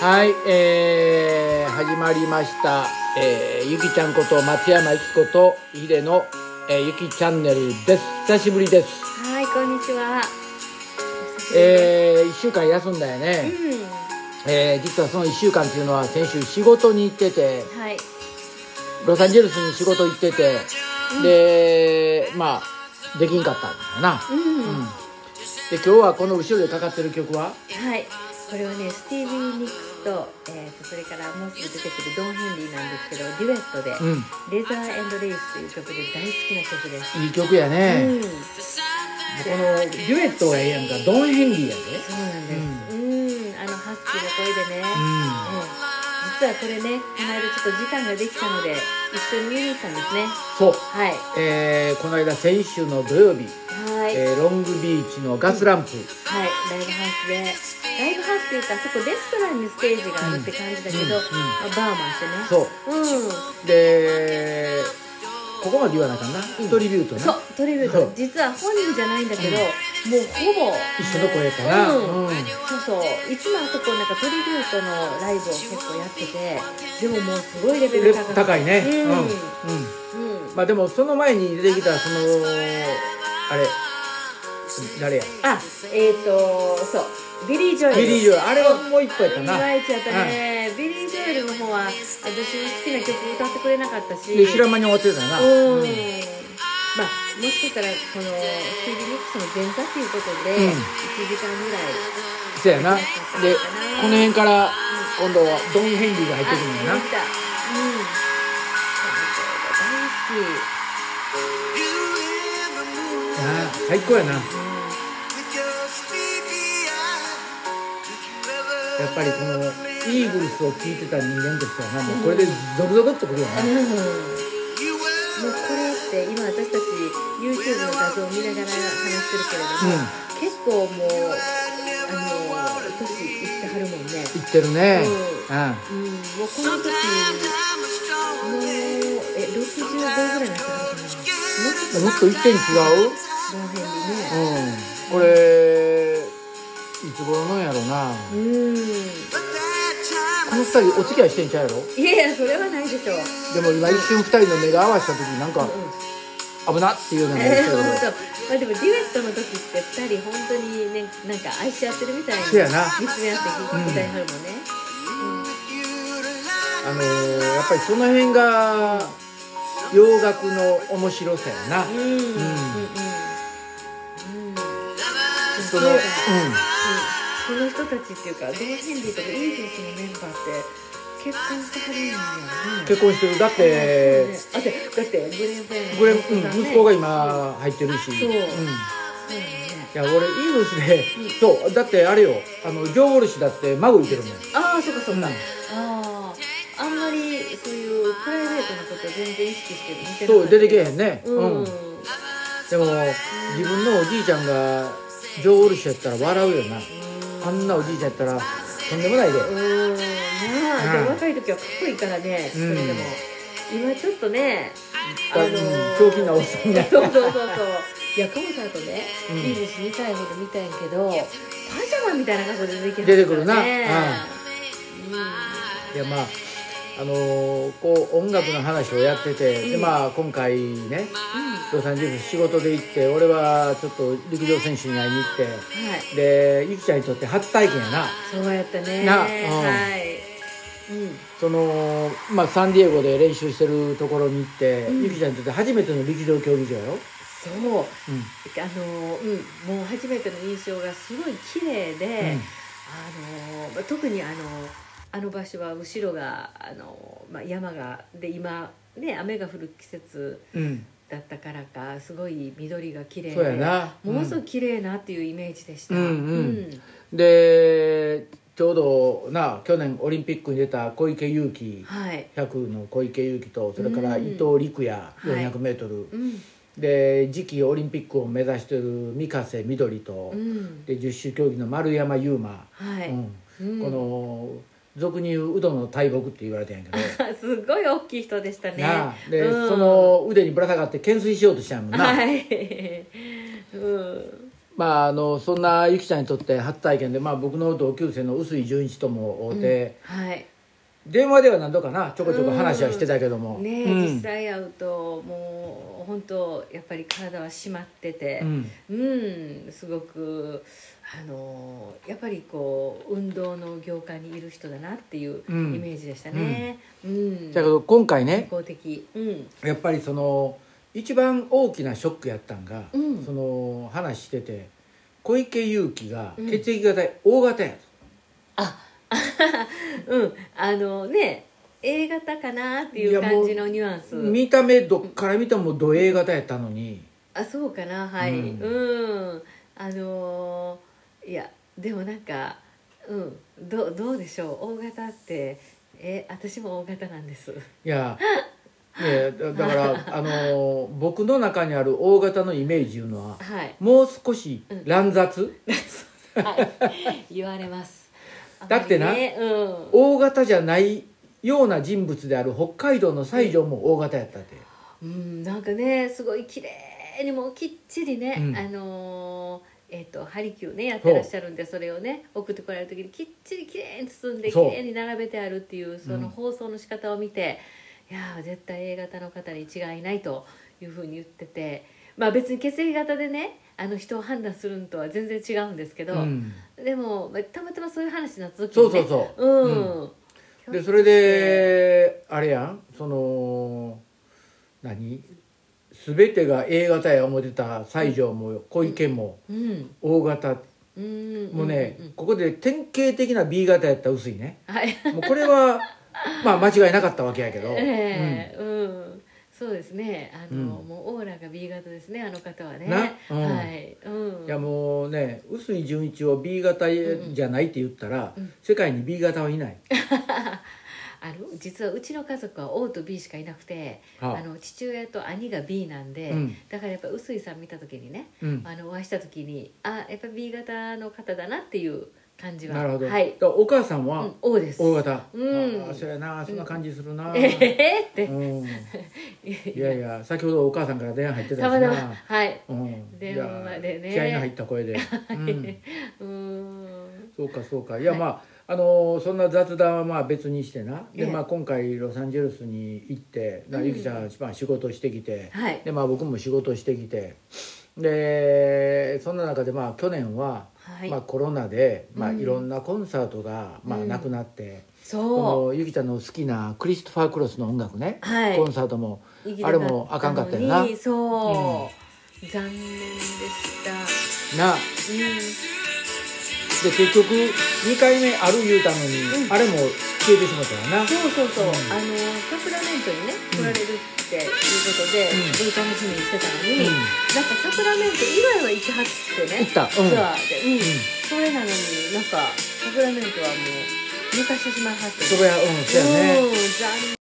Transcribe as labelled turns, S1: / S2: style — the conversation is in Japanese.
S1: はい、えー、始まりました、えー、ゆきちゃんこと松山由紀子とひでの、えー、ゆきチャンネルです久しぶりです、
S2: はい、こんにちは。お久しぶりです
S1: えー、1週間休んだよね、えー、実はその1週間っていうのは先週仕事に行ってて
S2: うん、はい、
S1: ロサンゼルスに仕事行ってて、でまあできんかったんだよな、
S2: うん、
S1: うん
S2: は、
S1: で今日はこの後ろでかかってる曲はい
S2: これはね、スティービー・ニックスと、えーと、それからもうすぐ出てくるドン・ヘンリーなんですけど、デュエットで、
S1: うん
S2: レザー・エンド・レイスという曲で大好きな曲です。
S1: いい曲やね、
S2: うん、そ
S1: このデュエットがええやんかドン・ヘンリーやで
S2: うなんです。うん、あのハスキーの声
S1: う
S2: でね、ええ
S1: ん
S2: 実はこれね、この間ちょっと時間ができたので、一緒に見に行ったんですね。
S1: そう
S2: はい、
S1: えーこの間先週の土曜日、
S2: はい。
S1: えーロングビーチのガスランプ、
S2: はい、ライブハウスでライブハウスっていうかあそこレストランにステージがあるって感じだけ
S1: うんうん
S2: ど、
S1: うん
S2: まあ、バーマンしてね
S1: そう
S2: うん
S1: でここまで言わなあかんな、トリビュートな
S2: そうトリビュ
S1: そ
S2: ート
S1: う
S2: 実は本人じゃないんだけど、もうほぼ
S1: 一緒の声やから、
S2: うん
S1: うん
S2: そうそういつもあそこなんかトリビュートのライブを結構やっててでももうすごいレベル
S1: レ
S2: 高くて
S1: 高いねう、
S2: うんん
S1: うん
S2: うん
S1: まあでもその前に出てきたそのあれ誰や
S2: あえっ、ー、とそうビリー・ジョエル
S1: ビリー・ジョエルあれはもう一個やった
S2: い
S1: な
S2: まいちやったね、ビリー・ジョエルの方は私の好きな曲歌ってくれなかったし
S1: で知らん間に終わってたな、うん
S2: うんまあもしかしたらこのスティービー・ニックスの前座ということで
S1: うん
S2: 1時間ぐらい、
S1: そうやなでこの辺から今度はドン・ヘンリーが入って
S2: あ
S1: くるんだ
S2: 見
S1: な
S2: え
S1: あー
S2: たうんこの曲が大好き
S1: 最高やなやっぱりこのイーグルスを聴いてた人間としてはなもうこれでゾクゾクっとくるよな、
S2: うんもうこれって今私たち YouTube の画像を見ながら話してるけれども、
S1: うん
S2: 結構もうあの年いってはるもんね
S1: いってるね
S2: ううんもうこの時もうえ65ぐらいになってはるかなもう
S1: う
S2: ちょ
S1: ん
S2: っ
S1: もっと一点違う
S2: とこの辺でね
S1: うんこれいつ頃のやろな
S2: うん
S1: この二人お付き合いしてんちゃうやろ
S2: いやいやそれはないでしょう、
S1: でも今一瞬二人の目が合わせた時になんか
S2: うん
S1: 危なっていうのが言っ
S2: え
S1: てた
S2: ー、
S1: けど
S2: 本当。まあでもデュエットの時って二人本当にねなんか愛し合ってるみたいに
S1: そうやな
S2: 見つめ合って聞いてはるもんね、
S1: あのーやっぱりその辺が洋楽の面白さやな、
S2: うんうんうんうん
S1: その、うん、
S2: この人たちっていうかドン・ヘンリーとかイーグルスのメンバーって結婚してはるんやね
S1: 結婚してるだって、
S2: あでだってブレン・フェン
S1: これ、うん、
S2: ね
S1: 息子が今入ってるし、、
S2: そうん
S1: い
S2: そうなんやね
S1: や俺イーグルスで、そうだってあれよあの上卸だって孫いてるもん
S2: ああそうかそう
S1: う
S2: か、
S1: ん
S2: あああんまりそういうプライベートのこと全然意識して見てな
S1: そう出てけ
S2: ん
S1: へんね、
S2: うん、
S1: でも自分のおじいちゃんが上卸やったら笑うよなあんなおじいちゃんやったらとんでもないで、
S2: うんまあ、
S1: うん
S2: でも若い時はかっこいいからね、
S1: うん
S2: それでも今ちょっとねあ
S1: だ
S2: の
S1: うん
S2: ー
S1: 狂気なおっさんが
S2: そうそうそうそういやコンサートね、
S1: うん
S2: いいです見たいほど見たいけどパジャマみたいな格好で出てきは
S1: 出てくるな
S2: からね
S1: いやまああのーこう音楽の話をやってて、でまあ今回ねロサンゼルス仕事で行って俺はちょっと陸上選手に会いに行っ
S2: うん、はい
S1: てでゆきちゃんにとって初体験やな
S2: そうやったね
S1: なうん
S2: はい、うん
S1: そのまあサンディエゴで練習してるところに行って、ゆきちゃんにとって初めての陸上競技場やろ
S2: そう
S1: うん
S2: あのーうん、もう初めての印象がすごい綺麗で、あのー特にあのあの場所は後ろがあの、まあ、山がで今ね雨が降る季節
S1: うん
S2: だったからかすごい緑が綺麗で
S1: そうやな
S2: ものすごく綺麗なっていうイメージでした、
S1: うんうんでちょうどな去年オリンピックに出た小池祐貴
S2: はい、
S1: 100の小池祐貴とそれから
S2: うん
S1: 伊藤陸也 400m、
S2: うん
S1: で次期オリンピックを目指してる三加瀬みどりと、
S2: うん
S1: で十種競技の丸山優馬、
S2: はい、
S1: うん
S2: うん
S1: この俗に言うウドの大木って言われてんやけ ど、
S2: すごい大きい人でしたね
S1: なあで、
S2: うん
S1: その腕にぶら下がって懸垂しようとしたんやもんな、
S2: はい、うん
S1: まあ、あのそんなゆきちゃんにとって初体験で、まあ、僕の同級生の臼井純一とも会うて、
S2: はい
S1: 電話では何度かなちょこちょこ話はしてたけども、
S2: ねえ、
S1: うん
S2: 実際会うともう本当やっぱり体は締まってて
S1: うん
S2: うん、すごくあのやっぱりこう運動の業界にいる人だなっていうイ
S1: うん
S2: メージでしたねうん、
S1: だけど今回
S2: 健
S1: ね
S2: 康的うん
S1: やっぱりその一番大きなショックやったんが、
S2: うん
S1: その話してて小池祐貴が血液型、O 型やと
S2: あうんあのね A 型かなっていう感じのニュアンス
S1: 見た目どっから見てもド A 型やったのに、
S2: あそうかなはい
S1: うん
S2: うん、あのーいやでもなんかうんどうどうでしょう大型ってえ私も大型なんです
S1: いやねだだからあの僕の中にある O 型のイメージいうのは
S2: はい
S1: もう少し乱雑、
S2: はい言われます
S1: だってな
S2: あまりねうん、
S1: 大型じゃないような人物である北海道の西条も大型やったって、
S2: うん、なんかねすごい綺麗にもうきっちりね、
S1: うん
S2: あのーえっとハリキューねやってらっしゃるんでそれをね送ってこられる時にきっちりきれいに包んでき
S1: そう
S2: れいに並べてあるっていうその放送の仕方を見て、いやー絶対 A 型の方に違いないというふうに言っててまあ別に血液型でねあの人を判断するのとは全然違うんですけど、
S1: うん
S2: でもまあたまたまそういう話になった時
S1: そう
S2: に、
S1: そ
S2: ね、
S1: うそう、
S2: うん、
S1: でそれであれやんその何全てが A 型や思ってた西条も小池も
S2: うん、
S1: 大型
S2: うん
S1: もね、
S2: うん
S1: ここで典型的な B 型やった薄いね
S2: うんはい
S1: もうこれはまあ間違いなかったわけやけど、
S2: ええうん、そうですね。あの、
S1: うん
S2: もうオーラが B 型ですね。あの方はね。
S1: なうん
S2: はい。うん。
S1: うんいやもうね臼井純一を B 型じゃないって言ったら、
S2: うん
S1: 世界に B 型はいない、
S2: あの実はうちの家族は O と B しかいなくて、
S1: はあ
S2: あの父親と兄が B なんで、
S1: うん
S2: だからやっぱ臼井さん見た時にね、
S1: うん、
S2: あのお会いした時に、あ、やっぱ B 型の方だなっていう感じは。
S1: なるほど、
S2: はい
S1: だ。からお母さん
S2: う
S1: は
S2: ん、O です。
S1: 大型、
S2: うん
S1: ああそうやなそんな感じするな、
S2: ええって。
S1: うん、い
S2: い
S1: やいや先ほどお母さんから電話入ってたした
S2: またまはい。
S1: うん、
S2: 電話でね
S1: いや気合いの入った声で、うん、
S2: うーん。
S1: そうかそうかいや、
S2: はい
S1: まああのーそんな雑談はまあ別にしてなで、
S2: ええ
S1: まあ、今回ロサンゼルスに行ってな
S2: うん
S1: ゆきちゃんはまあ仕事してきて、
S2: はい。
S1: でまあ僕も仕事してきてでそんな中でまあ去年は、
S2: はい。
S1: まあ、コロナで、まあ、
S2: うん
S1: いろんなコンサートが、まあ、
S2: うん
S1: なくなって、
S2: そう。
S1: このゆきちゃんの好きなクリストファー・クロスの音楽ね、
S2: はい。
S1: コンサートも
S2: 行きた
S1: あ
S2: か
S1: れ
S2: ったのに
S1: もあかんかったよな
S2: そう、残念でした
S1: な
S2: う
S1: で結局2回目ある言うたのに、
S2: うん、
S1: あれも消えてしまったよなん
S2: そうそうそう、
S1: うん
S2: あのサクラメントにね
S1: うん
S2: 来られるっていうことで、
S1: うん
S2: すごい楽しみにしてたのに、
S1: うん
S2: なんかサクラメント以外は行きはってね
S1: 行ったうん
S2: ツアーで、うんそれなのになんかサクラメントはもう抜かしてしまいはって
S1: それはうんそうやね、
S2: うん残念